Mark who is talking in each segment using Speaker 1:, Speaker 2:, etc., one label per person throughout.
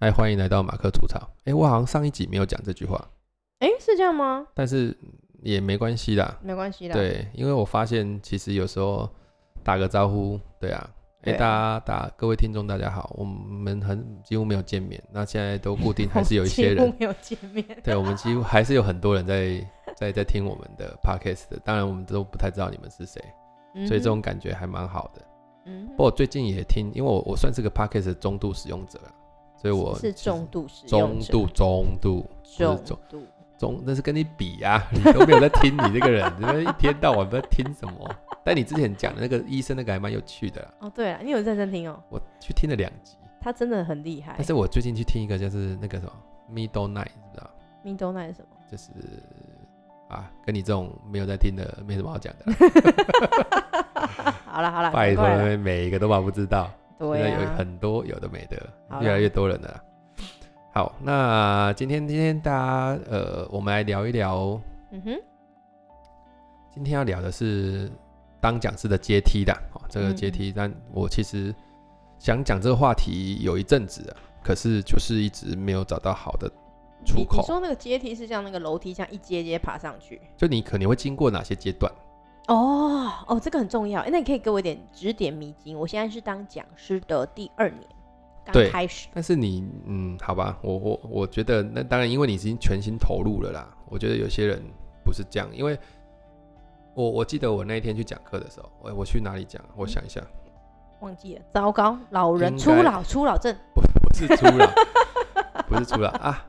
Speaker 1: 嗨，哎欢迎来到马克吐槽。哎，我好像上一集没有讲这句话，
Speaker 2: 哎，是这样吗？
Speaker 1: 但是也没关系啦。
Speaker 2: 没关系的。，
Speaker 1: 对，因为我发现其实有时候打个招呼，对啊，哎，
Speaker 2: 对啊
Speaker 1: 大家打各位听众大家好，我们很几乎没有见面，那现在都固定还是有一些人，
Speaker 2: 没有见面。
Speaker 1: 对我们几乎还是有很多人在在在听我们的 podcast 的，当然我们都不太知道你们是谁，
Speaker 2: 嗯
Speaker 1: 所以这种感觉还蛮好的。
Speaker 2: 嗯哼，嗯哼
Speaker 1: 不过我最近也听，因为我我算是个 podcast 的中度使用者啦，所以我
Speaker 2: 是
Speaker 1: 其实
Speaker 2: 重度使
Speaker 1: 中
Speaker 2: 用者
Speaker 1: 度中度是
Speaker 2: 重
Speaker 1: 重
Speaker 2: 度。
Speaker 1: 中，那是跟你比啊， 你都没有在听你这个人，你们一天到晚不知道听什么。但你之前讲的那个医生那个还蛮有趣的啦，
Speaker 2: 哦，对了，你有认真听哦，
Speaker 1: 我去听了两集。
Speaker 2: 他真的很厉害
Speaker 1: 但。是我最近去听一个就是那个什么 Middle Night，你知道，
Speaker 2: Midnight 是什么？
Speaker 1: 就是啊，跟你这种没有在听的没什么好讲的 啦，
Speaker 2: 好了好了，
Speaker 1: 拜
Speaker 2: 赶
Speaker 1: 托
Speaker 2: 快啦，
Speaker 1: 每一个都把不知道。现
Speaker 2: 对
Speaker 1: 在有
Speaker 2: 啊，
Speaker 1: 很多有的没的，
Speaker 2: 好
Speaker 1: 越来
Speaker 2: 啦
Speaker 1: 越多人了啦。好，那今天今天大家呃，我们来聊一聊，
Speaker 2: 嗯哼，
Speaker 1: 今天要聊的是当讲师的阶梯的哦，这个
Speaker 2: 嗯
Speaker 1: 阶梯，但我其实想讲这个话题有一阵子了，可是就是一直没有找到好的出
Speaker 2: 你
Speaker 1: 口
Speaker 2: 你。说那个阶梯是像那个楼梯，这样一阶阶爬上去。
Speaker 1: 就你可能会经过哪些阶段？
Speaker 2: 哦哦，这个很重要。哎，那你可以给我一点指点迷津。我现在是当讲师的第二年，刚
Speaker 1: 对
Speaker 2: 开始。
Speaker 1: 但是你，嗯，好吧，我我我觉得那当然，因为你已经全心投入了啦。我觉得有些人不是这样，因为我我记得我那一天去讲课的时候，哎我我去哪里讲？啊我想一下，
Speaker 2: 忘记了，糟糕，老人
Speaker 1: 应
Speaker 2: 初
Speaker 1: 该
Speaker 2: 老初老症，
Speaker 1: 不不是出了， 不是出了啊，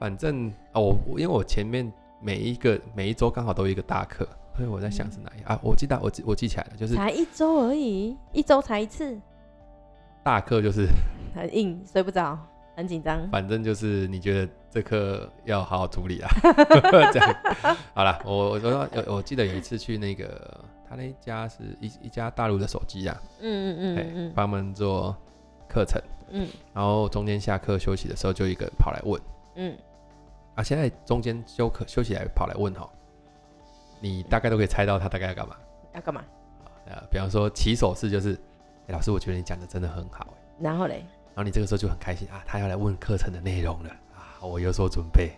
Speaker 1: 反正啊，我我因为我前面每一个每一周刚好都有一个大课，所以我在想是哪一、啊？我记得我记我记起来了，就是
Speaker 2: 才一周而已，一周才一次，
Speaker 1: 大课就是
Speaker 2: 很硬，睡不着，很紧张。
Speaker 1: 反正就是你觉得这课要好好处理啊， 这样好了。我我说我我记得有一次去那个他那一家是一一家大陆的手机啊，
Speaker 2: 嗯嗯
Speaker 1: 哎、
Speaker 2: 嗯
Speaker 1: 帮、他们做课程，
Speaker 2: 嗯
Speaker 1: 然后中间下课休息的时候，就一个人跑来问
Speaker 2: 嗯
Speaker 1: 啊，现在中间休课休息来跑来问哈，你大概都可以猜到他大概要干嘛
Speaker 2: 嗯，要干嘛？
Speaker 1: 呃，比方说起手式就是，哎、老师我觉得你讲的真的很好、哎
Speaker 2: 然后嘞，
Speaker 1: 然后你这个时候就很开心啊，他要来问课程的内容了啊，我有所准备。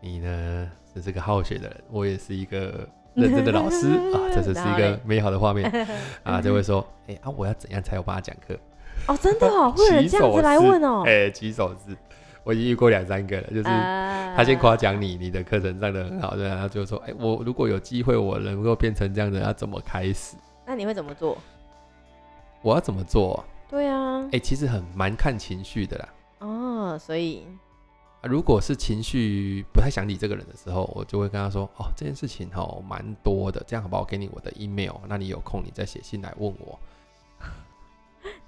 Speaker 1: 你呢只是个好学的人，我也是一个认真的老师啊，这只是一
Speaker 2: 然后
Speaker 1: 个
Speaker 2: 嘞
Speaker 1: 美好的画面啊，就会说，哎、啊，我要怎样才有办法讲课？
Speaker 2: 哦，真 的哦，会有人这样子来问哦嗯
Speaker 1: 哎、，举手是，我已经遇过两三个了，就是
Speaker 2: 他
Speaker 1: 他先夸奖你，你的课程上的很好，对啊，然后就说，哎、我如果有机会我能够变成这样的，要怎么开始？
Speaker 2: 那你会怎么做？
Speaker 1: 我要怎么做？
Speaker 2: 对啊
Speaker 1: 哎、，其实很蛮看情绪的啦。
Speaker 2: 哦，所以
Speaker 1: 啊如果是情绪不太想理这个人的时候，我就会跟他说：“哦，这件事情哦蛮多的，这样好不好？我给你我的 email，那啊你有空你再写信来问我。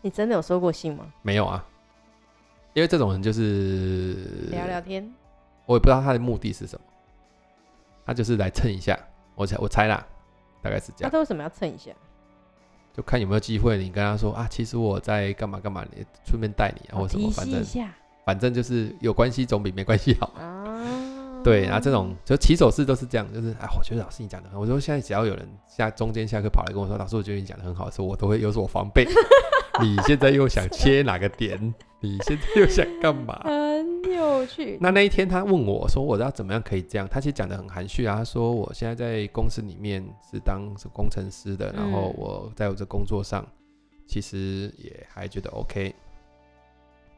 Speaker 2: 你真的有收过信吗？”
Speaker 1: 没有啊，因为这种人就是
Speaker 2: 聊聊天，
Speaker 1: 我也不知道他的目的是什么，他就是来蹭一下。我猜我猜啦，大概是这
Speaker 2: 那
Speaker 1: 样，
Speaker 2: 他为什么要蹭一下？
Speaker 1: 就看有没有机会你跟他说啊，其实我在干嘛干嘛，你顺便带你啊，或什么，
Speaker 2: 提
Speaker 1: 反
Speaker 2: 示一
Speaker 1: 正
Speaker 2: 下
Speaker 1: 反正就是有关系总比没关系 好。
Speaker 2: 啊。
Speaker 1: 对，然后这种就起手式都是这样，就是哎，我觉得老师你讲的很好，我说现在只要有人下中间下课跑来跟我说，老师我觉得你讲的很好的时候，我都会有所防备。你现在又想切哪个点？你现在又想干嘛？
Speaker 2: 很有趣，
Speaker 1: 那那一天他问我说，我要怎么样可以这样？他其实讲的很含蓄啊，他说我现在在公司里面是当工程师的，然后
Speaker 2: 嗯
Speaker 1: 我在我这工作上其实也还觉得 OK。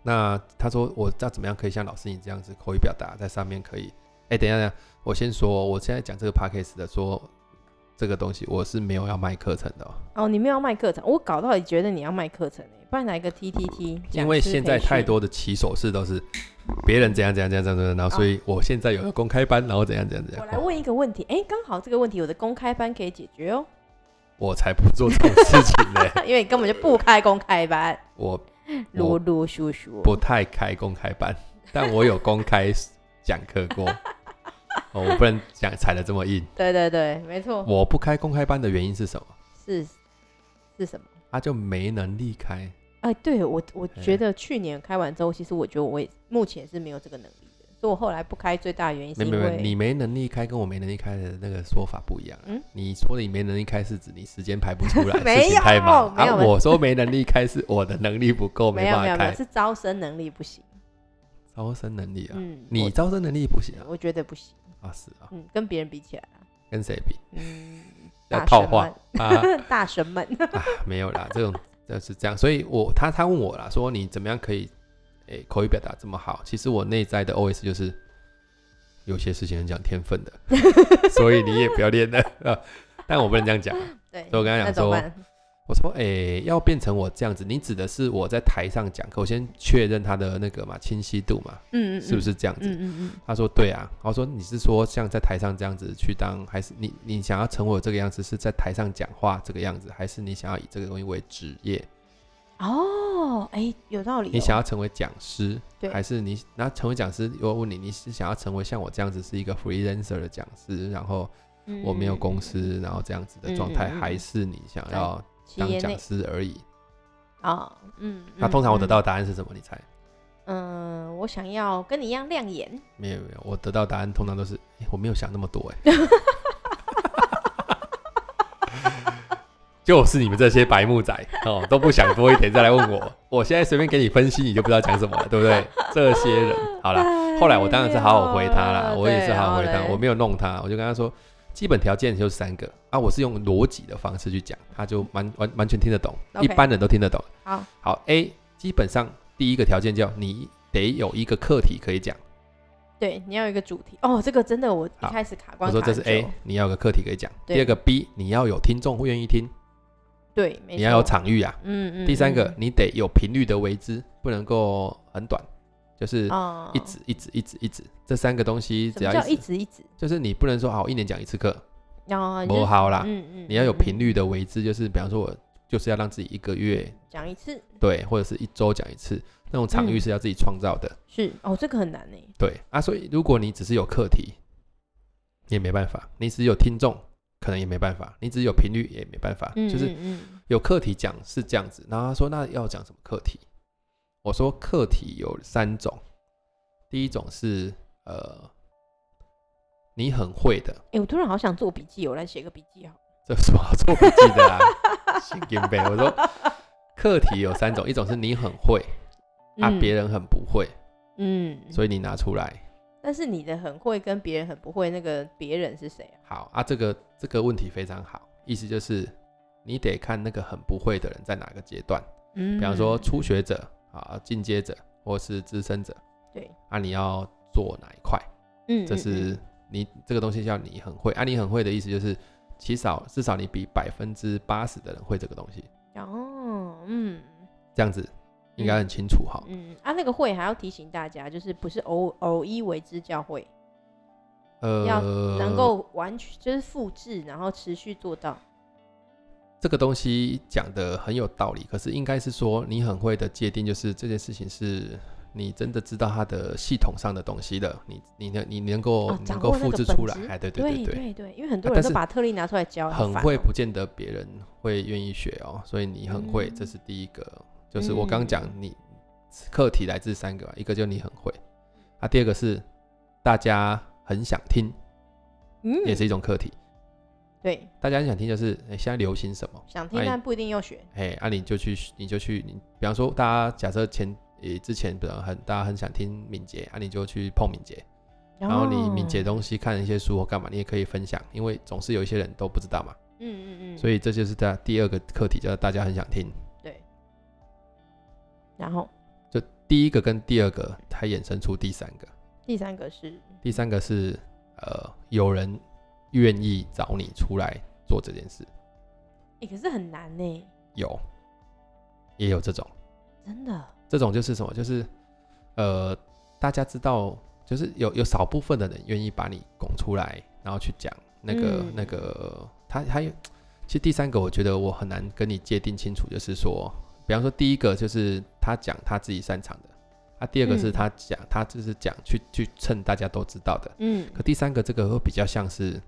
Speaker 1: 那他说我要怎么样可以像老师你这样子口语表达，在上面可以？哎、等一下，等一下，我先说，我现在讲这个 p a c k a g e 的说这个东西，我是没有要卖课程的、哦，
Speaker 2: 哦，你们要卖课程，我搞到也觉得你要卖课程欸不然来个 T T T，
Speaker 1: 因为现在太多的起手式都是别人怎样怎样怎样怎样怎样，然后所以我现在有个公开班，然后怎样怎样怎样。
Speaker 2: 哦我来问一个问题，哎、刚好这个问题我的公开班可以解决哦，
Speaker 1: 我才不做这种事情呢、
Speaker 2: 因为你根本就不开公开班，
Speaker 1: 我
Speaker 2: 啰啰嗦嗦。
Speaker 1: 不太开公开班，但我有公开讲课过。哦，我不能讲踩的这么硬。
Speaker 2: 对对对，没错，
Speaker 1: 我不开公开班的原因是什么？
Speaker 2: 是是什么？
Speaker 1: 他就没能力开。
Speaker 2: 哎、对我我
Speaker 1: 哎
Speaker 2: 觉得去年开完之后，其实我觉得我也目前是没有这个能力的，所以我后来不开最大的原因是
Speaker 1: 没
Speaker 2: 因
Speaker 1: 没
Speaker 2: 为
Speaker 1: 没，你没能力开跟我没能力开的那个说法不一样、啊。
Speaker 2: 嗯
Speaker 1: 你说的你没能力开是指你时间排不出 来，
Speaker 2: 没有
Speaker 1: 事情太忙
Speaker 2: 没
Speaker 1: 啊。
Speaker 2: 有
Speaker 1: 我说没能力开是我的能力不够，
Speaker 2: 没有
Speaker 1: 办
Speaker 2: 没
Speaker 1: 法
Speaker 2: 有没有
Speaker 1: 开。
Speaker 2: 是招生能力不行，
Speaker 1: 招生能力啊，
Speaker 2: 嗯，
Speaker 1: 你
Speaker 2: 我
Speaker 1: 招生能力不行啊，
Speaker 2: 我觉得不行，
Speaker 1: 啊是啊，
Speaker 2: 嗯，跟别人比起来啊，
Speaker 1: 跟谁比？
Speaker 2: 嗯，
Speaker 1: 要
Speaker 2: 大
Speaker 1: 套
Speaker 2: 神
Speaker 1: 话
Speaker 2: 们
Speaker 1: 啊
Speaker 2: 大神们，
Speaker 1: 啊，没有啦，这种就是这样。所以我他他问我啦，说你怎么样可以诶、口语表达这么好？其实我内在的 OS 就是有些事情很讲天 分的，所以你也不要练了。啊但我不能这样讲啊，
Speaker 2: 对，
Speaker 1: 所以我跟他
Speaker 2: 那
Speaker 1: 讲
Speaker 2: 怎么
Speaker 1: 说，
Speaker 2: 办？
Speaker 1: 我说诶、要变成我这样子，你指的是我在台上讲课，我先确认他的那个嘛清晰度嘛，
Speaker 2: 嗯嗯，
Speaker 1: 是不是这样子？
Speaker 2: 嗯？嗯嗯嗯，
Speaker 1: 他说对啊，我说你是说像在台上这样子去当，还是你你想要成为我这个样子是在台上讲话这个样子，还是你想要以这个东西为职业？
Speaker 2: 哦，哎，有道理哦。
Speaker 1: 你想要成为讲师，
Speaker 2: 对
Speaker 1: 还是你那成为讲师？我问你，你是想要成为像我这样子是一个 freelancer 的讲师，然后
Speaker 2: 嗯
Speaker 1: 我没有公，
Speaker 2: 嗯嗯
Speaker 1: 司，然后这样子的状态，
Speaker 2: 嗯嗯嗯
Speaker 1: 还是你想要
Speaker 2: 嗯企
Speaker 1: 当
Speaker 2: 业
Speaker 1: 讲
Speaker 2: 内
Speaker 1: 师而已？
Speaker 2: 啊，嗯，
Speaker 1: 那
Speaker 2: 嗯
Speaker 1: 通常我得到，
Speaker 2: 嗯
Speaker 1: 的答案是什么？你猜？
Speaker 2: 嗯，我想要跟你一样亮眼，
Speaker 1: 没有没有，我得到的答案通常都是、诶我没有想那么多哎、 就是你们这些白目仔哦，都不想多一点再来问我，我现在随便给你分析，你就不知道讲什么了，对不对？这些人，好啦， 后来我当然是好好回他
Speaker 2: 哎哦
Speaker 1: 啦，我也是好好回他，我没有弄他，我就跟他说，基本条件就是三个啊，我是用逻辑的方式去讲，他就完完完全听得懂
Speaker 2: OK
Speaker 1: 一般人都听得懂。
Speaker 2: 好，
Speaker 1: 好，A 基本上第一个条件叫你得有一个课题可以讲，
Speaker 2: 对，你要有一个主题哦，这个真的我一
Speaker 1: 好
Speaker 2: 开始卡关，
Speaker 1: 我说这是 A，你要有个课题可以讲。
Speaker 2: 对
Speaker 1: 第二个 B，你要有听众会愿意听，
Speaker 2: 对，没
Speaker 1: 你要有
Speaker 2: 错，
Speaker 1: 场域啊。
Speaker 2: 嗯嗯，
Speaker 1: 第三个
Speaker 2: 嗯，
Speaker 1: 你得有频率的为之，不能够很短，就是
Speaker 2: 哦
Speaker 1: 一直一直一直一直，这三个东西
Speaker 2: 什
Speaker 1: 只
Speaker 2: 么
Speaker 1: 要
Speaker 2: 叫一
Speaker 1: 直
Speaker 2: 直一直？
Speaker 1: 就是你不能说好我一年讲一次课，
Speaker 2: 哦，你就
Speaker 1: 不好啦，
Speaker 2: 嗯嗯，
Speaker 1: 你要有
Speaker 2: 嗯
Speaker 1: 频率的为之，就是比方说我就是要让自己一个月
Speaker 2: 嗯讲一次
Speaker 1: 对，或者是一周讲一次，那种场域
Speaker 2: 嗯
Speaker 1: 是要自己创造的，
Speaker 2: 是哦，这个很难呢。
Speaker 1: 对啊，所以如果你只是有课题，你也没办法，你只有听众可能也没办法，你只有频率也没办法，
Speaker 2: 嗯，
Speaker 1: 就是
Speaker 2: 嗯嗯
Speaker 1: 有课题讲是这样子，然后他说那要讲什么课题？我说课题有三种，第一种是呃你很会的，
Speaker 2: 哎、我突然好想做笔记哦，我来写个笔记好了。
Speaker 1: 这有什么好做笔记的啊？ 神经病！我说课题有三种，一种是你很会，啊别人很不会，
Speaker 2: 嗯，嗯
Speaker 1: 所以你拿出来。
Speaker 2: 但是你的很会跟别人很不会，那个别人是谁啊？
Speaker 1: 好啊，这个这个问题非常好，意思就是你得看那个很不会的人在哪个阶段，
Speaker 2: 嗯，
Speaker 1: 比方说初学者啊、进阶者或是资深者，
Speaker 2: 对，
Speaker 1: 啊你要做哪一块？
Speaker 2: 嗯，嗯，
Speaker 1: 这
Speaker 2: 嗯
Speaker 1: 是你这个东西叫你很会，啊你很会的意思就是起少至少你比百分之八十的人会这个东西，
Speaker 2: 哦，嗯
Speaker 1: 这样子应该很清楚哈。
Speaker 2: 嗯啊，那个会还要提醒大家，就是不是偶偶一为之叫会，
Speaker 1: 呃，
Speaker 2: 要能够完全就是复制，然后持续做到。
Speaker 1: 这个东西讲的很有道理，可是应该是说你很会的界定，就是这件事情是你真的知道它的系统上的东西的，你你能你能够、
Speaker 2: 哦
Speaker 1: 你
Speaker 2: 掌
Speaker 1: 能
Speaker 2: 握
Speaker 1: 够
Speaker 2: 那
Speaker 1: 复
Speaker 2: 个
Speaker 1: 制出来
Speaker 2: 本，质
Speaker 1: 哎，对对
Speaker 2: 对
Speaker 1: 对，
Speaker 2: 对，因为很
Speaker 1: 啊
Speaker 2: 多
Speaker 1: 但
Speaker 2: 人都
Speaker 1: 是
Speaker 2: 把特例拿出来教，
Speaker 1: 很
Speaker 2: 烦
Speaker 1: 会
Speaker 2: 哦
Speaker 1: 不见得别人会愿意学哦，所以你很会，
Speaker 2: 嗯
Speaker 1: 这是第一个，就是我刚
Speaker 2: 嗯
Speaker 1: 讲你课题来自三个嘛，一个就是你很会，啊，第二个是大家很想听，
Speaker 2: 嗯，
Speaker 1: 也是一种课题，
Speaker 2: 对，
Speaker 1: 大家很想听就是、哎现在流行什么。
Speaker 2: 想听
Speaker 1: 哎
Speaker 2: 但不一定要学。
Speaker 1: 嘿，啊，你就去，你就去，你比方说，大家假设前呃之前，比方很大家很想听敏捷，啊，你就去碰敏捷，然后你敏捷
Speaker 2: 哦，
Speaker 1: 的东西看一些书或干嘛，你也可以分享，因为总是有一些人都不知道嘛，
Speaker 2: 嗯嗯嗯，
Speaker 1: 所
Speaker 2: 以
Speaker 1: 以这就是大第二个课题，叫大家很想听。
Speaker 2: 对，然后
Speaker 1: 就第一个跟第二个，它衍生出第三个，
Speaker 2: 第三个是
Speaker 1: 第三个是呃有人愿意找你出来做这件事，
Speaker 2: 哎、可是很难呢，
Speaker 1: 有，也有这种。
Speaker 2: 真的。
Speaker 1: 这种就是什么？就是呃，大家知道，就是有有少部分的人愿意把你拱出来，然后去讲那个、
Speaker 2: 嗯
Speaker 1: 那个，他还有。其实第三个，我觉得我很难跟你界定清楚，就是说，比方说第一个就是他讲他自己擅长的，啊，第二个是
Speaker 2: 嗯
Speaker 1: 他讲、他就是讲去去蹭大家都知道的，
Speaker 2: 嗯，
Speaker 1: 可第三个这个会比较像是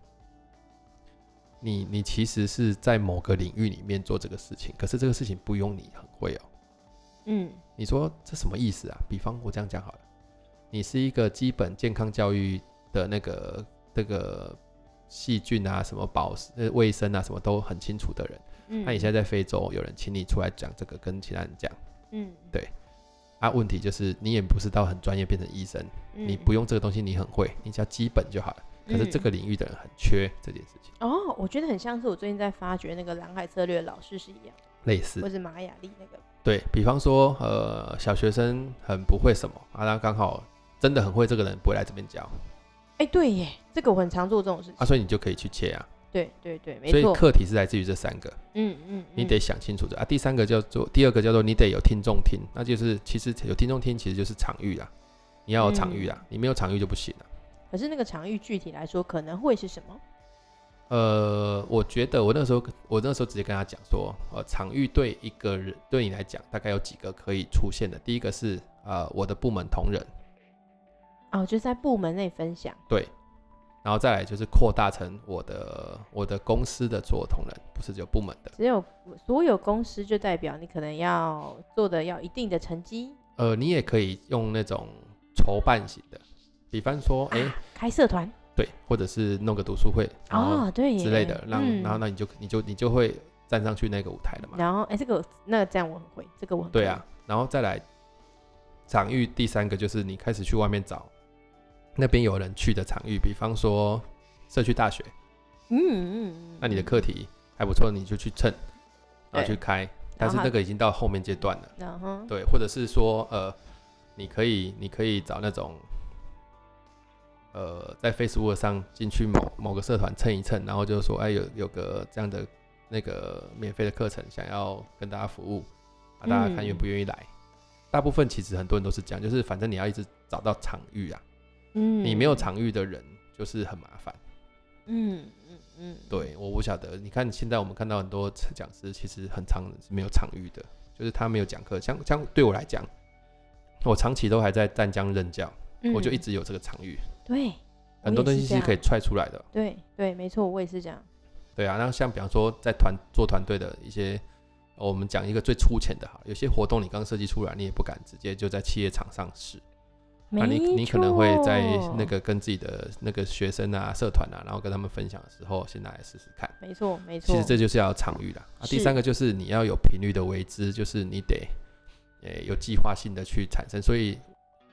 Speaker 1: 你你其实是在某个领域里面做这个事情，可是这个事情不用你很会哦，
Speaker 2: 嗯，
Speaker 1: 你说这什么意思啊？比方我这样讲好了，你是一个基本健康教育的那个这个细菌啊、什么保呃卫生啊、什么都很清楚的人，
Speaker 2: 嗯
Speaker 1: 那你现在在非洲，有人请你出来讲这个，跟其他人讲，
Speaker 2: 嗯，
Speaker 1: 对啊，问题就是你也不是到很专业变成医生，你不
Speaker 2: 用
Speaker 1: 用这个东西你很会，你只要基本就好了。可
Speaker 2: 嗯
Speaker 1: 是这个领域的人很缺这件事情，
Speaker 2: 哦，我觉得很像是我最近在发掘那个蓝海策略的老师是一样，
Speaker 1: 类似
Speaker 2: 或者玛雅历那个，
Speaker 1: 对比方说，呃，小学生很不会什么，啊，那刚好真的很会这个人不会来这边教，
Speaker 2: 哎，对耶，这个我很常做这种事
Speaker 1: 啊，
Speaker 2: 情，
Speaker 1: 所以你就可以去切啊。
Speaker 2: 对对对，没
Speaker 1: 所以
Speaker 2: 错，
Speaker 1: 课题是来自于这三个，
Speaker 2: 嗯嗯，
Speaker 1: 你
Speaker 2: 嗯
Speaker 1: 得想清楚的、啊。第三个叫做，第二个叫做你得有听众听，那就是其实有听众听其实就是场域啦，你要有场域啦，啊
Speaker 2: 嗯
Speaker 1: 你没有场域就不行啊了。
Speaker 2: 可是那个场域具体来说可能会是什么？
Speaker 1: 呃，我觉得我那时候我那时候直接跟他讲说，呃，场域对一个人对你来讲大概有几个可以出现的，第一个是呃我的部门同仁，
Speaker 2: 哦，就是在部门内分享，
Speaker 1: 然后再来就是扩大成我的我的公司的所有同仁，不是只有部门的。
Speaker 2: 只有所有公司就代表你可能要做的要一定的成绩，
Speaker 1: 呃，你也可以用那种筹办型的，比方说，哎、
Speaker 2: 啊开社团
Speaker 1: 对，或者是弄个读书会然后
Speaker 2: 哦，对耶
Speaker 1: 之类的，让、
Speaker 2: 嗯
Speaker 1: 然后那你就你就你就会站上去那个舞台了嘛。
Speaker 2: 然后哎，这个那这样我很会，这个我很
Speaker 1: 对
Speaker 2: 会
Speaker 1: 啊，，然后再来场域，第三个就是你开始去外面找那边有人去的场域，比方说社区大学，
Speaker 2: 嗯嗯，
Speaker 1: 那你的
Speaker 2: 嗯
Speaker 1: 课题还不错，你就去蹭，然后
Speaker 2: 对
Speaker 1: 去开，但是
Speaker 2: 它
Speaker 1: 那个已经到后面阶段了。
Speaker 2: 嗯哼，
Speaker 1: 对，或者是说，呃，你可以，你可以找那种，呃，在 Facebook 上进去某某个社团蹭一蹭，然后就说，哎，有有个这样的那个免费的课程，想要跟大家服务，啊，大家看愿
Speaker 2: 嗯
Speaker 1: 不愿意来。大部分其实很多人都是这样，就是反正你要一直找到场域啊，
Speaker 2: 嗯，
Speaker 1: 你没有场域的人就是很麻烦。
Speaker 2: 嗯，嗯嗯，
Speaker 1: 对，我不晓得。你看现在我们看到很多讲师，其实很长是没有场域的，就是他没有讲课。像像对我来讲，我长期都还在湛江任教，
Speaker 2: 嗯，
Speaker 1: 我就一直有这个场域，
Speaker 2: 对
Speaker 1: 很多东西
Speaker 2: 是这
Speaker 1: 是可以
Speaker 2: 样
Speaker 1: 踹出来的。
Speaker 2: 对对，没错，我也是这样。
Speaker 1: 对啊，那像比方说在团做团队的一些，呃我们讲一个最粗浅的哈，有些活动你刚设计出来，你也不敢直接就在企业场上试，那啊你
Speaker 2: 没
Speaker 1: 你可能会在那
Speaker 2: 错
Speaker 1: 个跟自己的那个学生啊、社团啊，然后跟他们分享的时候，先拿来试试看。
Speaker 2: 没错没错，
Speaker 1: 其实这就是要有场域啦。啊，第
Speaker 2: 是
Speaker 1: 三个就是你要有频率的为之，就是你得，诶、有计划性的去产生。所以，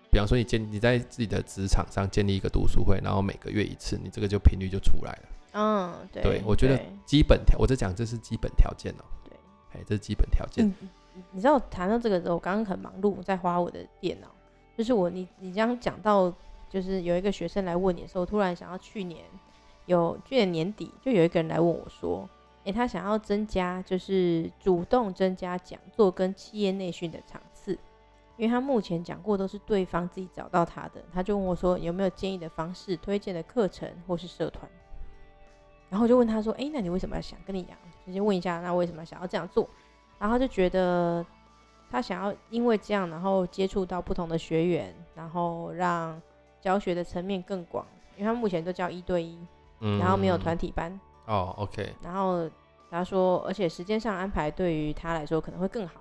Speaker 1: 比方说你建你在自己的职场上建立一个读书会，然后每个月一次，你这个就频率就出来了。
Speaker 2: 嗯对
Speaker 1: 对我觉得
Speaker 2: 对
Speaker 1: 基本条，我在讲这是基本条件哦、
Speaker 2: 对
Speaker 1: 哎、这是基本条件。
Speaker 2: 嗯你你知道谈到这个时候，我刚刚很忙碌，我在花我的电脑。就是我，你你这样讲到，就是有一个学生来问你的时候，我突然想到去年有去年年底就有一个人来问我说，诶、他想要增加就是主动增加讲座跟企业内训的场次，因为他目前讲过都是对方自己找到他的，他就问我说有没有建议的方式、推荐的课程或是社团，然后我就问他说，诶、那你为什么要想跟你讲？直接问一下，那为什么想要这样做？然后他就觉得他想要因为这样，然后接触到不同的学员，然后让教学的层面更广，因为他目前都教一对一，
Speaker 1: 嗯
Speaker 2: 然后没有团体班，
Speaker 1: 哦，OK，
Speaker 2: 然后他说，而且时间上安排对于他来说可能会更好。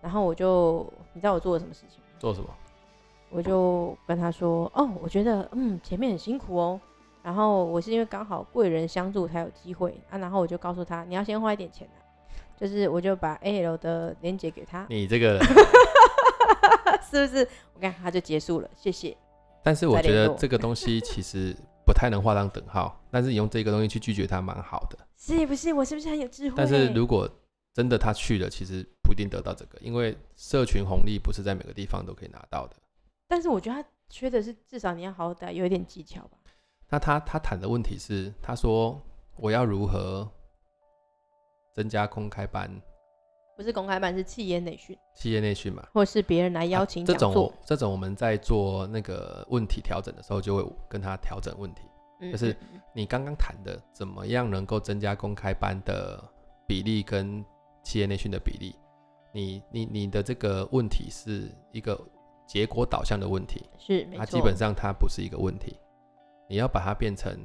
Speaker 2: 然后我就，你知道我做了什么事情吗？
Speaker 1: 做什么？
Speaker 2: 我就跟他说，哦，我觉得，嗯，前面很辛苦哦。然后我是因为刚好贵人相助才有机会啊，然后我就告诉他，你要先花一点钱啊，就是我就把 A L 的链接给他，
Speaker 1: 你这个人，
Speaker 2: 是不是？我看他就结束了，谢谢。
Speaker 1: 但是我
Speaker 2: 再
Speaker 1: 觉
Speaker 2: 联
Speaker 1: 得
Speaker 2: 络
Speaker 1: 这个东西其实不太能画上等号，但是你用这个东西去拒绝他蛮好的。
Speaker 2: 是不是？我是不是很有智慧？
Speaker 1: 但是如果真的他去了，其实不一定得到这个，因为社群红利不是在每个地方都可以拿到的。
Speaker 2: 但是我觉得他缺的是，至少你要好歹有一点技巧吧。
Speaker 1: 那他他谈的问题是，他说我要如何增加公开班、
Speaker 2: 不是公开班，是企业内训，
Speaker 1: 企业内训嘛？
Speaker 2: 或是别人来邀请
Speaker 1: 啊这
Speaker 2: 讲
Speaker 1: 种
Speaker 2: 座
Speaker 1: 我。这种我们在做那个问题调整的时候，就会跟他调整问题。
Speaker 2: 嗯
Speaker 1: 就是
Speaker 2: 嗯嗯
Speaker 1: 你刚刚谈的怎么样能够增加公开班的比例跟企业内训的比例？你你你的这个问题是一个结果导向的问题，
Speaker 2: 是没
Speaker 1: 它
Speaker 2: 错，
Speaker 1: 基本上它不是一个问题，你要把它变成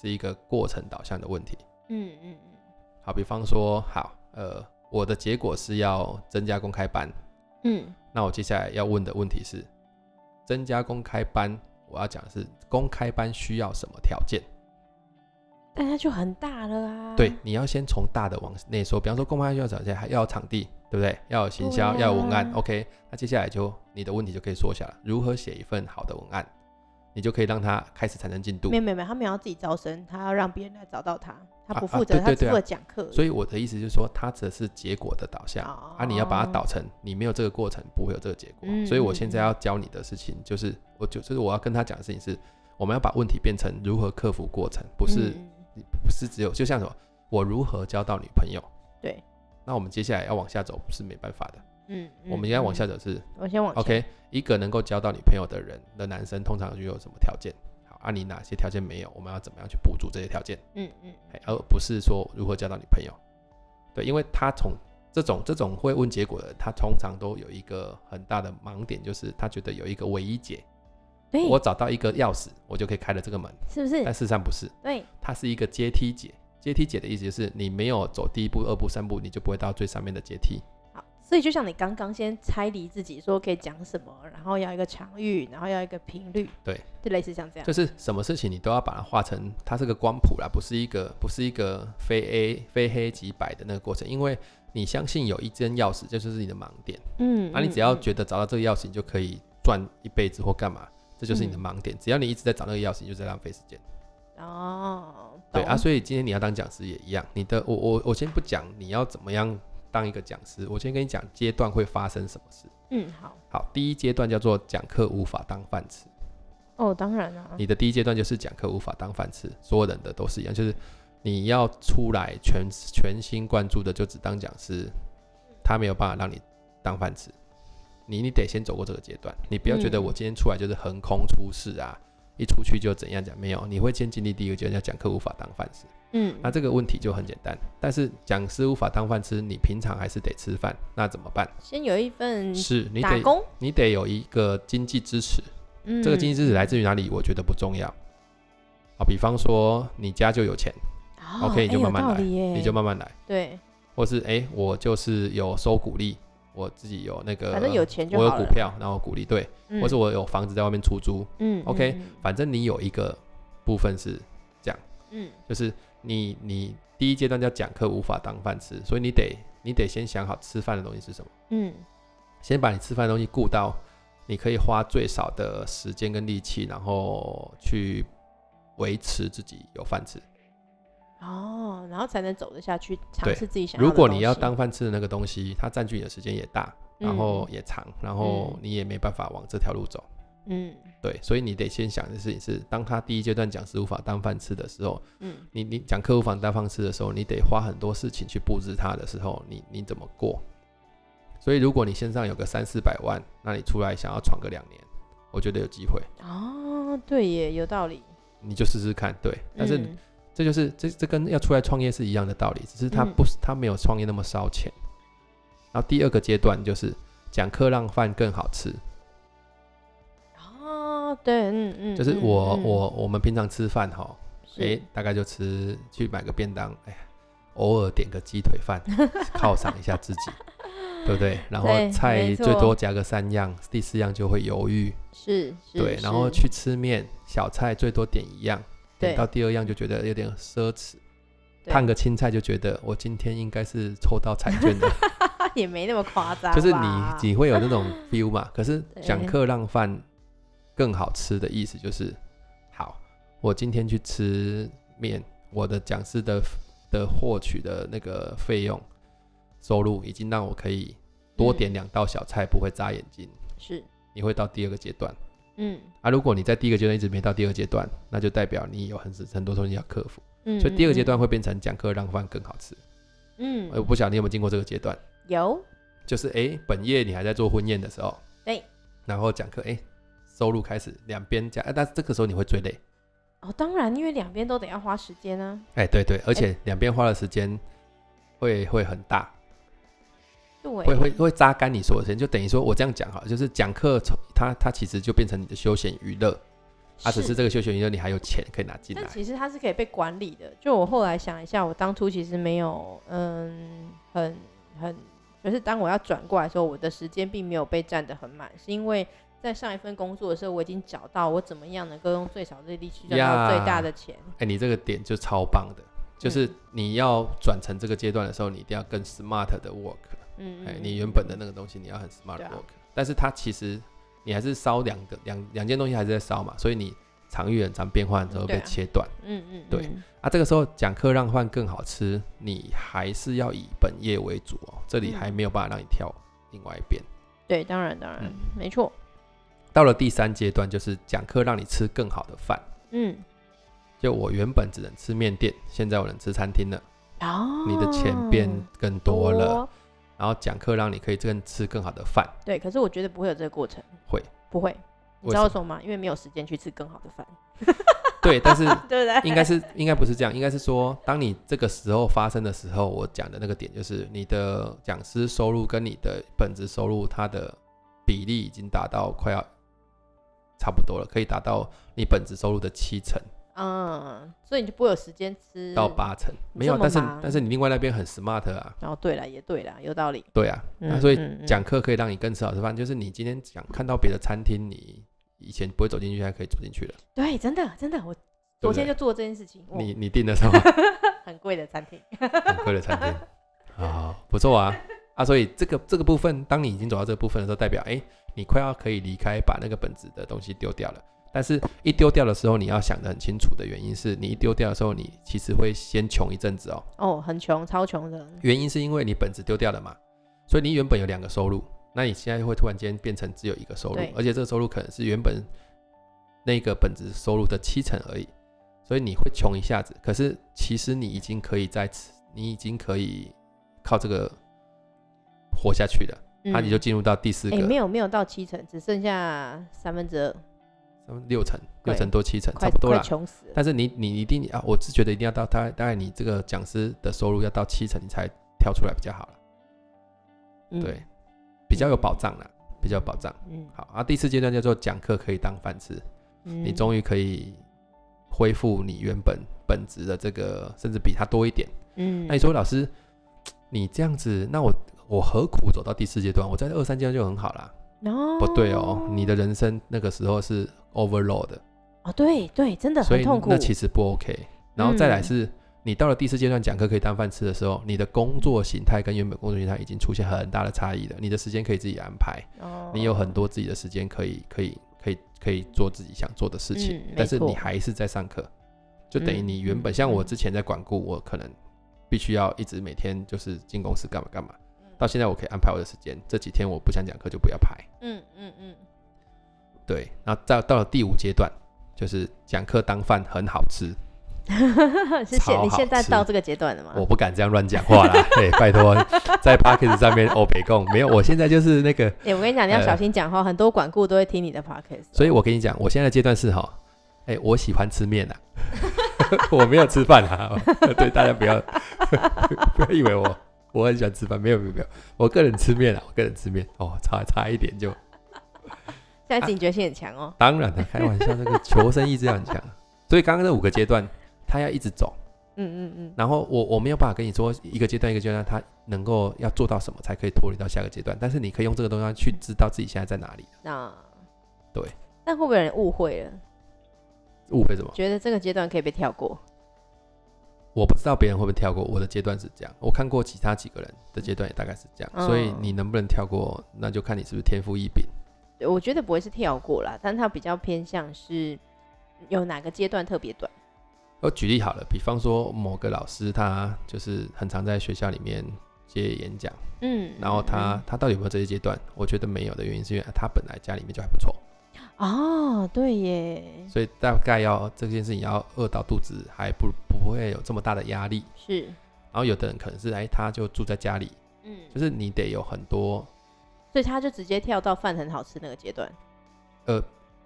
Speaker 1: 是一个过程导向的问题。
Speaker 2: 嗯嗯嗯
Speaker 1: 好，比方说，好，呃，我的结果是要增加公开班，
Speaker 2: 嗯，
Speaker 1: 那我接下来要问的问题是，增加公开班，我要讲的是公开班需要什么条件？
Speaker 2: 但他就很大了啊。啊嗯
Speaker 1: 对，你要先从大的往内说，比方说公开班需要条件，还要有场地，对不对？要有行
Speaker 2: 对
Speaker 1: 销，要有文案
Speaker 2: 啊
Speaker 1: ，OK。那接下来就你的问题就可以缩小了，如何写一份好的文案，你就可以让它开始产生进度
Speaker 2: 没。有没有没有，他没有要自己招生，他要让别人来找到他，他
Speaker 1: 啊
Speaker 2: 不
Speaker 1: 啊
Speaker 2: 负责，
Speaker 1: 对
Speaker 2: 他
Speaker 1: 对
Speaker 2: 只
Speaker 1: 对
Speaker 2: 负
Speaker 1: 啊
Speaker 2: 责讲课而已。
Speaker 1: 所以我的意思就是说，它只是结果的导
Speaker 2: 哦
Speaker 1: 向、啊，你要把它导成，你没有这个过程，不会有这个结果。
Speaker 2: 嗯
Speaker 1: 所以我
Speaker 2: 嗯
Speaker 1: 现在
Speaker 2: 嗯
Speaker 1: 要教你的事情就是，我就就是我要跟他讲的事情是，我们要把问题变成如何克服过程，不是、
Speaker 2: 嗯
Speaker 1: 不是只有就像什么，我如何交到女朋友？
Speaker 2: 对，
Speaker 1: 那我们接下来要往下走是没办法的，
Speaker 2: 嗯，
Speaker 1: 我们
Speaker 2: 嗯
Speaker 1: 应该往
Speaker 2: 嗯
Speaker 1: 下走是
Speaker 2: 我先往前
Speaker 1: OK，一个能够交到女朋友的人的男生，通常具有什么条件？好，啊，你哪些条件没有？我们要怎么样去补足这些条件？
Speaker 2: 嗯嗯，
Speaker 1: 哎而不是说如何交到女朋友。对，因为他从这种这种会问结果的人，他通常都有一个很大的盲点，就是他觉得有一个唯一解，
Speaker 2: 对，
Speaker 1: 我找到一个钥匙，我就可以开了这个门。
Speaker 2: 是不是
Speaker 1: 但？事实上不是，
Speaker 2: 对，
Speaker 1: 它是一个阶梯解。阶梯解的意思就是你没有走第一步、二步、三步，你就不会到最上面的阶梯。
Speaker 2: 好，所以就像你刚刚先拆离自己，说可以讲什么，然后要一个场域，然后要一个频率，
Speaker 1: 对，
Speaker 2: 就类似像这样
Speaker 1: 就。是什么事情你都要把它画成，它是个光谱啦，不是一个不是一个非 A 非黑即白的那个过程，因为你相信有一根钥匙，这就是你的盲点。
Speaker 2: 嗯，
Speaker 1: 啊那、你
Speaker 2: 嗯
Speaker 1: 只要
Speaker 2: 嗯
Speaker 1: 觉得找到这个钥匙，你就可以赚一辈子或干嘛，这就是你的
Speaker 2: 嗯
Speaker 1: 盲点。只要你一直在找那个钥匙，你就在浪费时间。
Speaker 2: 哦，
Speaker 1: 对啊，
Speaker 2: 懂
Speaker 1: 所以今天你要当讲师也一样，你的我我我先不讲你要怎么样当一个讲师，我先跟你讲阶段会发生什么事。
Speaker 2: 嗯，好，
Speaker 1: 好，第一阶段叫做讲课无法当饭吃。
Speaker 2: 哦，当然啊，
Speaker 1: 你的第一阶段就是讲课无法当饭吃，所有人的都是一样，就是你要出来全全心贯注的就只当讲
Speaker 2: 嗯
Speaker 1: 师，他没有办法让你当饭吃，你你得先走过这个阶段，你不要觉得
Speaker 2: 嗯
Speaker 1: 我今天出来就是横空出世啊，一出去就怎样讲，没有，你会先经历第一个阶段叫讲课无法当饭吃，
Speaker 2: 嗯，
Speaker 1: 啊那这个问题就很简单，但是讲师无法当饭吃，你平常还是得吃饭，那怎么办？
Speaker 2: 先有一份
Speaker 1: 是你
Speaker 2: 嗯打
Speaker 1: 得
Speaker 2: 工，
Speaker 1: 你得有一个经济支持，
Speaker 2: 嗯，
Speaker 1: 这个经济支持来自于哪里，我觉得不重要。啊，比方说你家就有钱，
Speaker 2: 哦
Speaker 1: OK，你就
Speaker 2: 哎有
Speaker 1: 慢慢
Speaker 2: 道
Speaker 1: 来
Speaker 2: 理耶
Speaker 1: 你就慢慢来，
Speaker 2: 对，
Speaker 1: 或是诶，我就是有收股利，我自己有那个，
Speaker 2: 反正有钱就
Speaker 1: 我有
Speaker 2: 好
Speaker 1: 股
Speaker 2: 了
Speaker 1: 票，然后股利对，
Speaker 2: 嗯
Speaker 1: 或是我有房子在外面出租，
Speaker 2: 嗯
Speaker 1: OK，
Speaker 2: 嗯嗯
Speaker 1: 反正你有一个部分是，
Speaker 2: 嗯，
Speaker 1: 就是你你第一阶段叫讲课无法当饭吃，所以你得你得先想好吃饭的东西是什么，
Speaker 2: 嗯，
Speaker 1: 先把你吃饭的东西顾到，你可以花最少的时间跟力气，然后去维持自己有饭吃。
Speaker 2: 哦，然后才能走得下去，尝
Speaker 1: 对
Speaker 2: 试自己想要
Speaker 1: 如
Speaker 2: 的
Speaker 1: 果
Speaker 2: 东
Speaker 1: 你要
Speaker 2: 西嗯
Speaker 1: 当饭吃的那个东西，它占据你的时间也大，然后也长，然后
Speaker 2: 嗯
Speaker 1: 你也没办法往这条路走。
Speaker 2: 嗯
Speaker 1: 对，所以你得先想的事情是，当他第一阶段讲师无法当饭吃的时候，
Speaker 2: 嗯
Speaker 1: 你你讲客户房当饭吃的时候，你得花很多事情去布置它的时候，你你怎么过？所以如果你线上有个三四百万，那你出来想要闯个两年，我觉得有机会，
Speaker 2: 嗯，哦，对耶，有道理，
Speaker 1: 你就试试看。对，但是
Speaker 2: 嗯
Speaker 1: 这就是这这跟要出来创业是一样的道理，只是他
Speaker 2: 嗯
Speaker 1: 不是、他没有创业那么烧钱。然后第二个阶段就是讲课让饭更好吃，
Speaker 2: 哦，对，嗯嗯，
Speaker 1: 就是
Speaker 2: 嗯
Speaker 1: 我、
Speaker 2: 嗯
Speaker 1: 我我们平常吃饭哈，
Speaker 2: 是
Speaker 1: 诶，大概就吃去买个便当，哎呀，偶尔点个鸡腿 饭犒赏一下自己，对不对？然后
Speaker 2: 对
Speaker 1: 菜
Speaker 2: 没错
Speaker 1: 最多加个三样，第四样就会犹豫，
Speaker 2: 是是
Speaker 1: 对。然后
Speaker 2: 是
Speaker 1: 去吃面，小菜最多点一样，点
Speaker 2: 对
Speaker 1: 到第二样就觉得有点奢侈。
Speaker 2: 对
Speaker 1: 烫个青菜就觉得我今天应该是抽到彩券的，
Speaker 2: 也没那么夸张吧，
Speaker 1: 就是你你会有那种 feel 嘛。可是
Speaker 2: 对
Speaker 1: 讲课让饭更好吃的意思就是，好，我今天去吃面，我的讲师的的获取的那个费用收入已经让我可以多点
Speaker 2: 嗯
Speaker 1: 两道小菜，不会扎眼睛。
Speaker 2: 是
Speaker 1: 你会到第二个阶段
Speaker 2: 嗯
Speaker 1: 啊，如果你在第一个阶段一直没到第二阶段，那就代表你有很很多东西要克服，
Speaker 2: 嗯，
Speaker 1: 所以第二个阶
Speaker 2: 嗯
Speaker 1: 段呃会变成讲课让饭更好吃。哎
Speaker 2: 嗯
Speaker 1: 我不晓得你有没有经过这个阶段，
Speaker 2: 有
Speaker 1: 就是诶，本业你还在做婚宴的时候，
Speaker 2: 对，
Speaker 1: 然后讲课诶，收入开始两边讲，哎但是这个时候你会最累，
Speaker 2: 哦，当然，因为两边都得要花时间啊，
Speaker 1: 哎、对对，而且两边花的时间会会很大，
Speaker 2: 对，
Speaker 1: 会会会榨干你所有时间，就等于说我这样讲好了，就是讲课从它它其实就变成你的休闲娱乐，它、只是这个休闲娱乐你还有钱可以拿进来
Speaker 2: 但，其实它是可以被管理的。就我后来想一下，我当初其实没有，嗯，很很，就是当我要转过来的时候，我的时间并没有被占得很满，是因为在上一份工作的时候，我已经找到我怎么样能够用最少的力去赚到最大的钱。
Speaker 1: 哎、你这个点就超棒的，就是
Speaker 2: 嗯
Speaker 1: 你要转成这个阶段的时候，你一定要更 smart 的 work。
Speaker 2: 嗯，
Speaker 1: 哎
Speaker 2: 嗯，
Speaker 1: 你
Speaker 2: 嗯
Speaker 1: 原
Speaker 2: 嗯
Speaker 1: 本的那个东西你要很 smart
Speaker 2: 对
Speaker 1: work，、
Speaker 2: 啊
Speaker 1: 但是它其实你还是烧两个两两件东西还是在烧嘛，所以你常遇很常变换之后
Speaker 2: 对
Speaker 1: 被
Speaker 2: 啊
Speaker 1: 切断
Speaker 2: 嗯嗯
Speaker 1: 对
Speaker 2: 嗯
Speaker 1: 啊这个时候讲课让饭更好吃，你还是要以本业为主哦，这里还
Speaker 2: 嗯
Speaker 1: 没有办法让你跳另外一边。
Speaker 2: 对，当然当然
Speaker 1: 嗯，
Speaker 2: 没错，
Speaker 1: 到了第三阶段就是讲课让你吃更好的饭，
Speaker 2: 嗯，
Speaker 1: 就我原本只能吃面店，现在我能吃餐厅了，
Speaker 2: 哦，
Speaker 1: 你的钱变更多
Speaker 2: 多
Speaker 1: 了，，然后讲课让你可以更吃更好的饭，
Speaker 2: 对，可是我觉得不会有这个过程，
Speaker 1: 会
Speaker 2: 不会？你
Speaker 1: 为
Speaker 2: 知道为
Speaker 1: 什
Speaker 2: 什么吗？因为没有时间去吃更好的饭，
Speaker 1: 对，但是
Speaker 2: 对不 对？
Speaker 1: 嗯应该是应该不是这样，应该是说，当你这个时候发生的时候，我讲的那个点就是你的讲师收入跟你的本职收入它的比例已经达到快要差不多了，可以达到你本职收入的七成
Speaker 2: 嗯，所以你就不会有时间吃
Speaker 1: 到。八成，嗯没
Speaker 2: 这
Speaker 1: 有，
Speaker 2: 么
Speaker 1: 但是
Speaker 2: 忙
Speaker 1: 但是你另外那边很 smart 啊，
Speaker 2: 哦，对了，也对了，有道理。
Speaker 1: 对啊，那
Speaker 2: 嗯
Speaker 1: 所以
Speaker 2: 嗯嗯
Speaker 1: 讲课可以让你更吃好吃饭，就是你今天想看到别的餐厅，你以前不会走进去，现在可以走进去了，
Speaker 2: 对，真的真的，我
Speaker 1: 对
Speaker 2: 昨
Speaker 1: 不
Speaker 2: 天
Speaker 1: 对？
Speaker 2: 就做这件事情。哇
Speaker 1: 你你订的什么
Speaker 2: 很贵的餐厅，
Speaker 1: 很贵的餐厅啊、不错啊啊！所以这个这个部分，当你已经走到这个部分的时候，代表哎、诶你快要可以离开，把那个本质的东西丢掉了。但是，一丢掉的时候，你要想得很清楚的原因是你一丢掉的时候，你其实会先穷一阵子哦。
Speaker 2: 哦，很穷，超穷的，
Speaker 1: 原因是因为你本质丢掉了嘛，所以你原本有两个收入，那你现在会突然间变成只有一个收入
Speaker 2: 对，
Speaker 1: 而且这个收入可能是原本那个本质收入的七成而已，所以你会穷一下子。可是其实你已经可以在此，你已经可以靠这个活下去了。
Speaker 2: 嗯
Speaker 1: 那、你就进入到第四个
Speaker 2: 哎、没有没有到七成，只剩下三分之二，
Speaker 1: 嗯六成，
Speaker 2: 对
Speaker 1: 六成多七成，差
Speaker 2: 快
Speaker 1: 不多
Speaker 2: 快
Speaker 1: 啦。
Speaker 2: 穷死了。
Speaker 1: 但是你你一定啊，我是觉得一定要到大概大概你这个讲师的收入要到七成，你才跳出来比较好了，
Speaker 2: 嗯
Speaker 1: 对，比较有保障啦，比较有保障。
Speaker 2: 嗯，
Speaker 1: 好啊，第四阶段叫做讲课可以当饭吃，
Speaker 2: 嗯
Speaker 1: 你终于可以恢复你原本本职的这个，甚至比它多一点。
Speaker 2: 嗯，
Speaker 1: 那你说老师，你这样子，那我我何苦走到第四阶段？我在二三阶段就很好啦。
Speaker 2: 哦
Speaker 1: 不对哦，你的人生那个时候是 overload 的，
Speaker 2: 哦，对对，真的
Speaker 1: 所
Speaker 2: 很
Speaker 1: 以
Speaker 2: 痛苦。嗯
Speaker 1: 那其实不 OK。然后再来是。你到了第四阶段讲课可以当饭吃的时候，你的工作形态跟原本工作形态已经出现很大的差异了。你的时间可以自己安排，
Speaker 2: 哦
Speaker 1: 你有很多自己的时间可以可以可以可以做自己想做的事情，
Speaker 2: 嗯没
Speaker 1: 但是
Speaker 2: 错
Speaker 1: 你还是在上课，就等于
Speaker 2: 嗯
Speaker 1: 你原本、
Speaker 2: 嗯
Speaker 1: 像我
Speaker 2: 嗯
Speaker 1: 之前在管顾，我可能必须要一直每天就是进公司干嘛干嘛，
Speaker 2: 嗯
Speaker 1: 到现在我可以安排我的时间，这几天我不想讲课就不要排，
Speaker 2: 嗯嗯嗯，
Speaker 1: 对，然后到到了第五阶段就是讲课当饭很好吃，
Speaker 2: 是现
Speaker 1: 超
Speaker 2: 你
Speaker 1: 好
Speaker 2: 现在
Speaker 1: 吃
Speaker 2: 到这个阶段了吗？
Speaker 1: 我不敢这样乱讲话啦， 哎、拜托，在 p a c k a g e 上面欧北共没有，我现在就是那个
Speaker 2: 哎、我跟你讲，你要
Speaker 1: 呃
Speaker 2: 小心讲话，很多管顾都会听你的 podcast。
Speaker 1: 所以我跟你讲，我现在的阶段是哈，哎、我喜欢吃面啊， 我没有吃饭啊， 对大家不要 不要以为我我很喜欢吃饭，没有没有没有，我个人吃面啊，我个人吃面哦，差差一点就，
Speaker 2: 现在警觉性很强哦。
Speaker 1: 当然了，开玩笑，那个求生意志要很强，啊 所以刚刚那五个阶段，他要一直走，
Speaker 2: 嗯嗯嗯，
Speaker 1: 然后我我没有办法跟你说一个阶段一个阶段他能够要做到什么才可以脱离到下个阶段，但是你可以用这个东西去知道自己现在在哪里，
Speaker 2: 那
Speaker 1: 对。
Speaker 2: 但会不会有人误会了，
Speaker 1: 误会什么？
Speaker 2: 觉得这个阶段可以被跳过？
Speaker 1: 我不知道别人会不会跳过，我的阶段是这样。我看过其他几个人的阶段也大概是这样，
Speaker 2: 嗯
Speaker 1: 所以你能不能跳过，那就看你是不是天赋异禀。
Speaker 2: 对我觉得不会是跳过啦，但它比较偏向是有哪个阶段特别短。
Speaker 1: 我哦举例好了，比方说某个老师，他就是很常在学校里面接演讲，
Speaker 2: 嗯，
Speaker 1: 然后他他到底有没有这些阶段？我觉得没有的原因是因为他本来家里面就还不错，
Speaker 2: 嗯嗯哦，对耶，
Speaker 1: 所以大概要这件事情要饿到肚子，还不不会有这么大的压力。
Speaker 2: 是，
Speaker 1: 然后有的人可能是哎，他就住在家里，
Speaker 2: 嗯，
Speaker 1: 就是你得有很多
Speaker 2: 所以他就直接跳到饭很好吃那个阶段。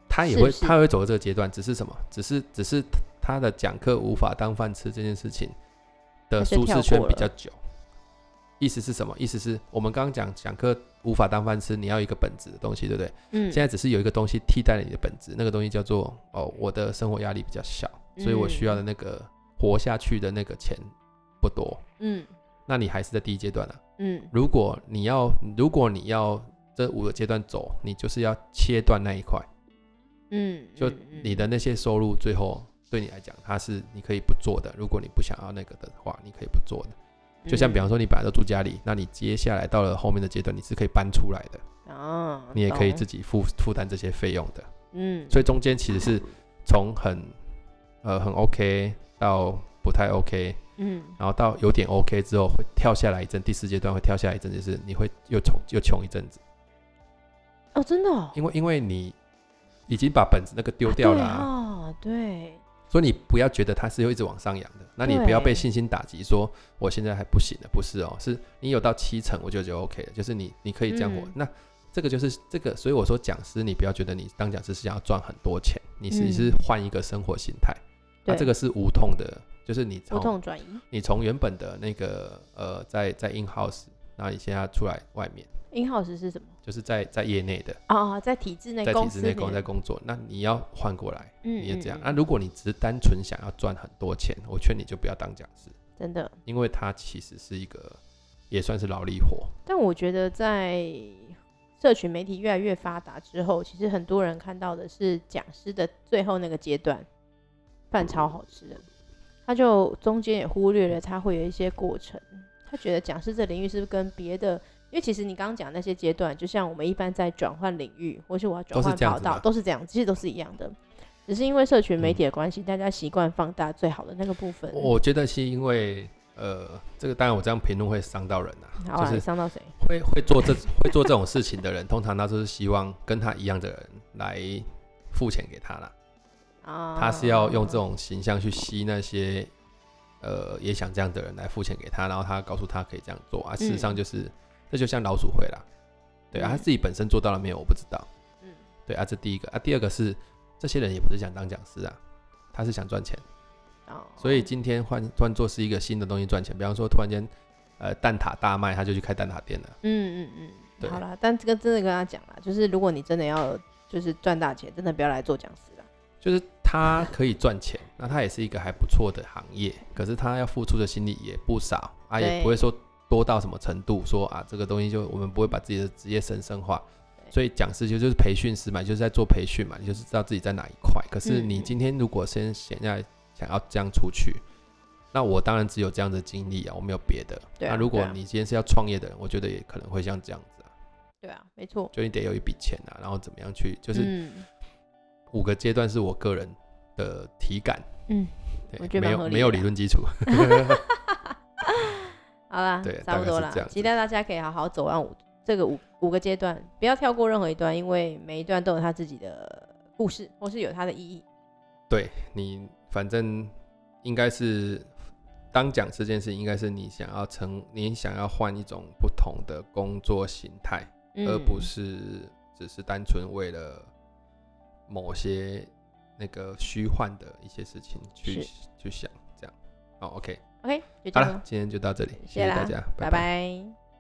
Speaker 1: 他也
Speaker 2: 是
Speaker 1: 会，
Speaker 2: 是
Speaker 1: 他也会走到这个阶段，只是什么？只是只是他的讲课无法当饭吃这件事情的
Speaker 2: 还是
Speaker 1: 舒
Speaker 2: 跳
Speaker 1: 适圈
Speaker 2: 过
Speaker 1: 比
Speaker 2: 了
Speaker 1: 较久。意思是什么？意思是我们刚刚讲讲课无法当饭吃，你要有一个本质的东西，对不对？
Speaker 2: 嗯，
Speaker 1: 现在只是有一个东西替代了你的本质，那个东西叫做哦，我的生活压力比较小，
Speaker 2: 嗯
Speaker 1: 所以我需要的那个活下去的那个钱不多。
Speaker 2: 嗯
Speaker 1: 那你还是在第一阶段啊。
Speaker 2: 嗯
Speaker 1: 如果你要，如果你要这五个阶段走，你就是要切断那一块。
Speaker 2: 嗯，
Speaker 1: 就
Speaker 2: 嗯
Speaker 1: 你的那些收入，最后对你来讲，它是你可以不做的。如果你不想要那个的话，你可以不做的。就像比
Speaker 2: 嗯
Speaker 1: 方说你本来都住家里，那你接下来到了后面的阶段，你是可以搬出来的，
Speaker 2: 啊，
Speaker 1: 你也可以
Speaker 2: 懂
Speaker 1: 自己负负担这些费用的。
Speaker 2: 嗯，
Speaker 1: 所以中间其实是从很呃很 OK 到不太 OK，
Speaker 2: 嗯
Speaker 1: 然后到有点 OK 之后会跳下来一阵，第四阶段会跳下来一阵，就是你会又穷又穷一阵子，
Speaker 2: 哦，真的哦，
Speaker 1: 因为因为你已经把本子那个丢
Speaker 2: 啊
Speaker 1: 掉
Speaker 2: 对
Speaker 1: 了啊、
Speaker 2: 啊，对，
Speaker 1: 所以你不要觉得它是会一直往上扬的，那你不要被信心打击，说我现在还不行了，不是哦，是你有到七成，我觉得就 OK 了，就是你你可以这样活。
Speaker 2: 嗯
Speaker 1: 那这个就是这个，所以我说讲师，你不要觉得你当讲师是想要赚很多钱，你是、
Speaker 2: 嗯
Speaker 1: 你是换一个生活心态，那
Speaker 2: 对
Speaker 1: 这个是无痛的，就是你
Speaker 2: 无
Speaker 1: 从
Speaker 2: 痛转移
Speaker 1: 你从原本的那个呃在在 in house，然后你现在出来外面，
Speaker 2: in house 是什么？
Speaker 1: 就是在在业内的，
Speaker 2: 啊，在体制内
Speaker 1: 在体
Speaker 2: 公
Speaker 1: 制
Speaker 2: 司
Speaker 1: 内工
Speaker 2: 里
Speaker 1: 在工作，那你要换过来。
Speaker 2: 嗯，
Speaker 1: 你也
Speaker 2: 嗯
Speaker 1: 这样。啊
Speaker 2: 嗯
Speaker 1: 那、如果你只是单纯想要赚很多钱，我劝你就不要当讲师，
Speaker 2: 真的，
Speaker 1: 因为它其实是一个也算是劳力活。
Speaker 2: 但我觉得在社群媒体越来越发达之后，其实很多人看到的是讲师的最后那个阶段，饭超好吃的，他就中间也忽略了他会有一些过程。他觉得讲师这领域是不是跟别的，因为其实你刚刚讲那些阶段，就像我们一般在转换领域，或是我要转
Speaker 1: 都是
Speaker 2: 换
Speaker 1: 这样
Speaker 2: 跑
Speaker 1: 子
Speaker 2: 道，
Speaker 1: 吗
Speaker 2: 都是这样，其实都是一样的。只是因为社群媒体的关系，大家习惯放大最好的那个部分。
Speaker 1: 我觉得是因为呃，这个当然我这样评论会伤到人啊，
Speaker 2: 好啊，
Speaker 1: 就
Speaker 2: 你
Speaker 1: 是
Speaker 2: 伤到谁？
Speaker 1: 会会做这会做这种事情的人，通常他都是希望跟他一样的人来付钱给他啦。
Speaker 2: 啊，
Speaker 1: 他是要用这种形象去吸那些呃也想这样的人来付钱给他，然后他告诉他可以这样做啊。事实上就是、这就像老鼠会啦，对啊，
Speaker 2: 嗯
Speaker 1: 他自己本身做到了没有我不知道，
Speaker 2: 嗯
Speaker 1: 对啊，这第一个啊，第二个是这些人也不是想当讲师啊，他是想赚钱，
Speaker 2: 哦
Speaker 1: 所以今天换换做是一个新的东西赚钱，比方说突然间呃蛋挞大卖，他就去开蛋挞店了。
Speaker 2: 嗯嗯嗯，
Speaker 1: 对
Speaker 2: 好啦，但这个真的跟他讲啦，就是如果你真的要就是赚大钱，真的不要来做讲师啦。
Speaker 1: 就是他可以赚钱，那他也是一个还不错的行业，可是他要付出的心力也不少啊，
Speaker 2: 对
Speaker 1: 也不会说多到什么程度，说啊这个东西就我们不会把自己的职业神圣化。
Speaker 2: 对
Speaker 1: 所以讲师就就是培训师嘛，就是在做培训嘛，你就是知道自己在哪一块。可是
Speaker 2: 嗯
Speaker 1: 你
Speaker 2: 嗯
Speaker 1: 今天如果先想要想要这样出去，那我当然只有这样的经历啊，我没有别的。
Speaker 2: 对啊
Speaker 1: 那如果
Speaker 2: 对啊
Speaker 1: 你今天是要创业的人，我觉得也可能会像这样子啊，
Speaker 2: 对啊，没错，
Speaker 1: 就你得有一笔钱啊，然后怎么样去，就是
Speaker 2: 嗯
Speaker 1: 五个阶段是我个人的体感，
Speaker 2: 嗯，
Speaker 1: 对
Speaker 2: 我觉得
Speaker 1: 没
Speaker 2: 蛮
Speaker 1: 有
Speaker 2: 合理的
Speaker 1: 没有理论基础，
Speaker 2: 好啦，
Speaker 1: 对
Speaker 2: 差不多
Speaker 1: 大概
Speaker 2: 啦
Speaker 1: 是这，样子
Speaker 2: 期待大家可以好好走完五这个五五个阶段，不要跳过任何一段，因为每一段都有他自己的故事，或是有它的意义。
Speaker 1: 对你反正应该是当讲这件事，应该是你想要成，你想要换一种不同的工作形态，
Speaker 2: 嗯，
Speaker 1: 而不是只是单纯为了某些那个虚幻的一些事情去
Speaker 2: 是
Speaker 1: 去想，这样。好，OK，
Speaker 2: 嗯 OK，就这
Speaker 1: 好
Speaker 2: 样
Speaker 1: 了
Speaker 2: 咯，，
Speaker 1: 今天就到这里，
Speaker 2: 谢
Speaker 1: 谢谢
Speaker 2: 啦
Speaker 1: 大家，拜
Speaker 2: 拜拜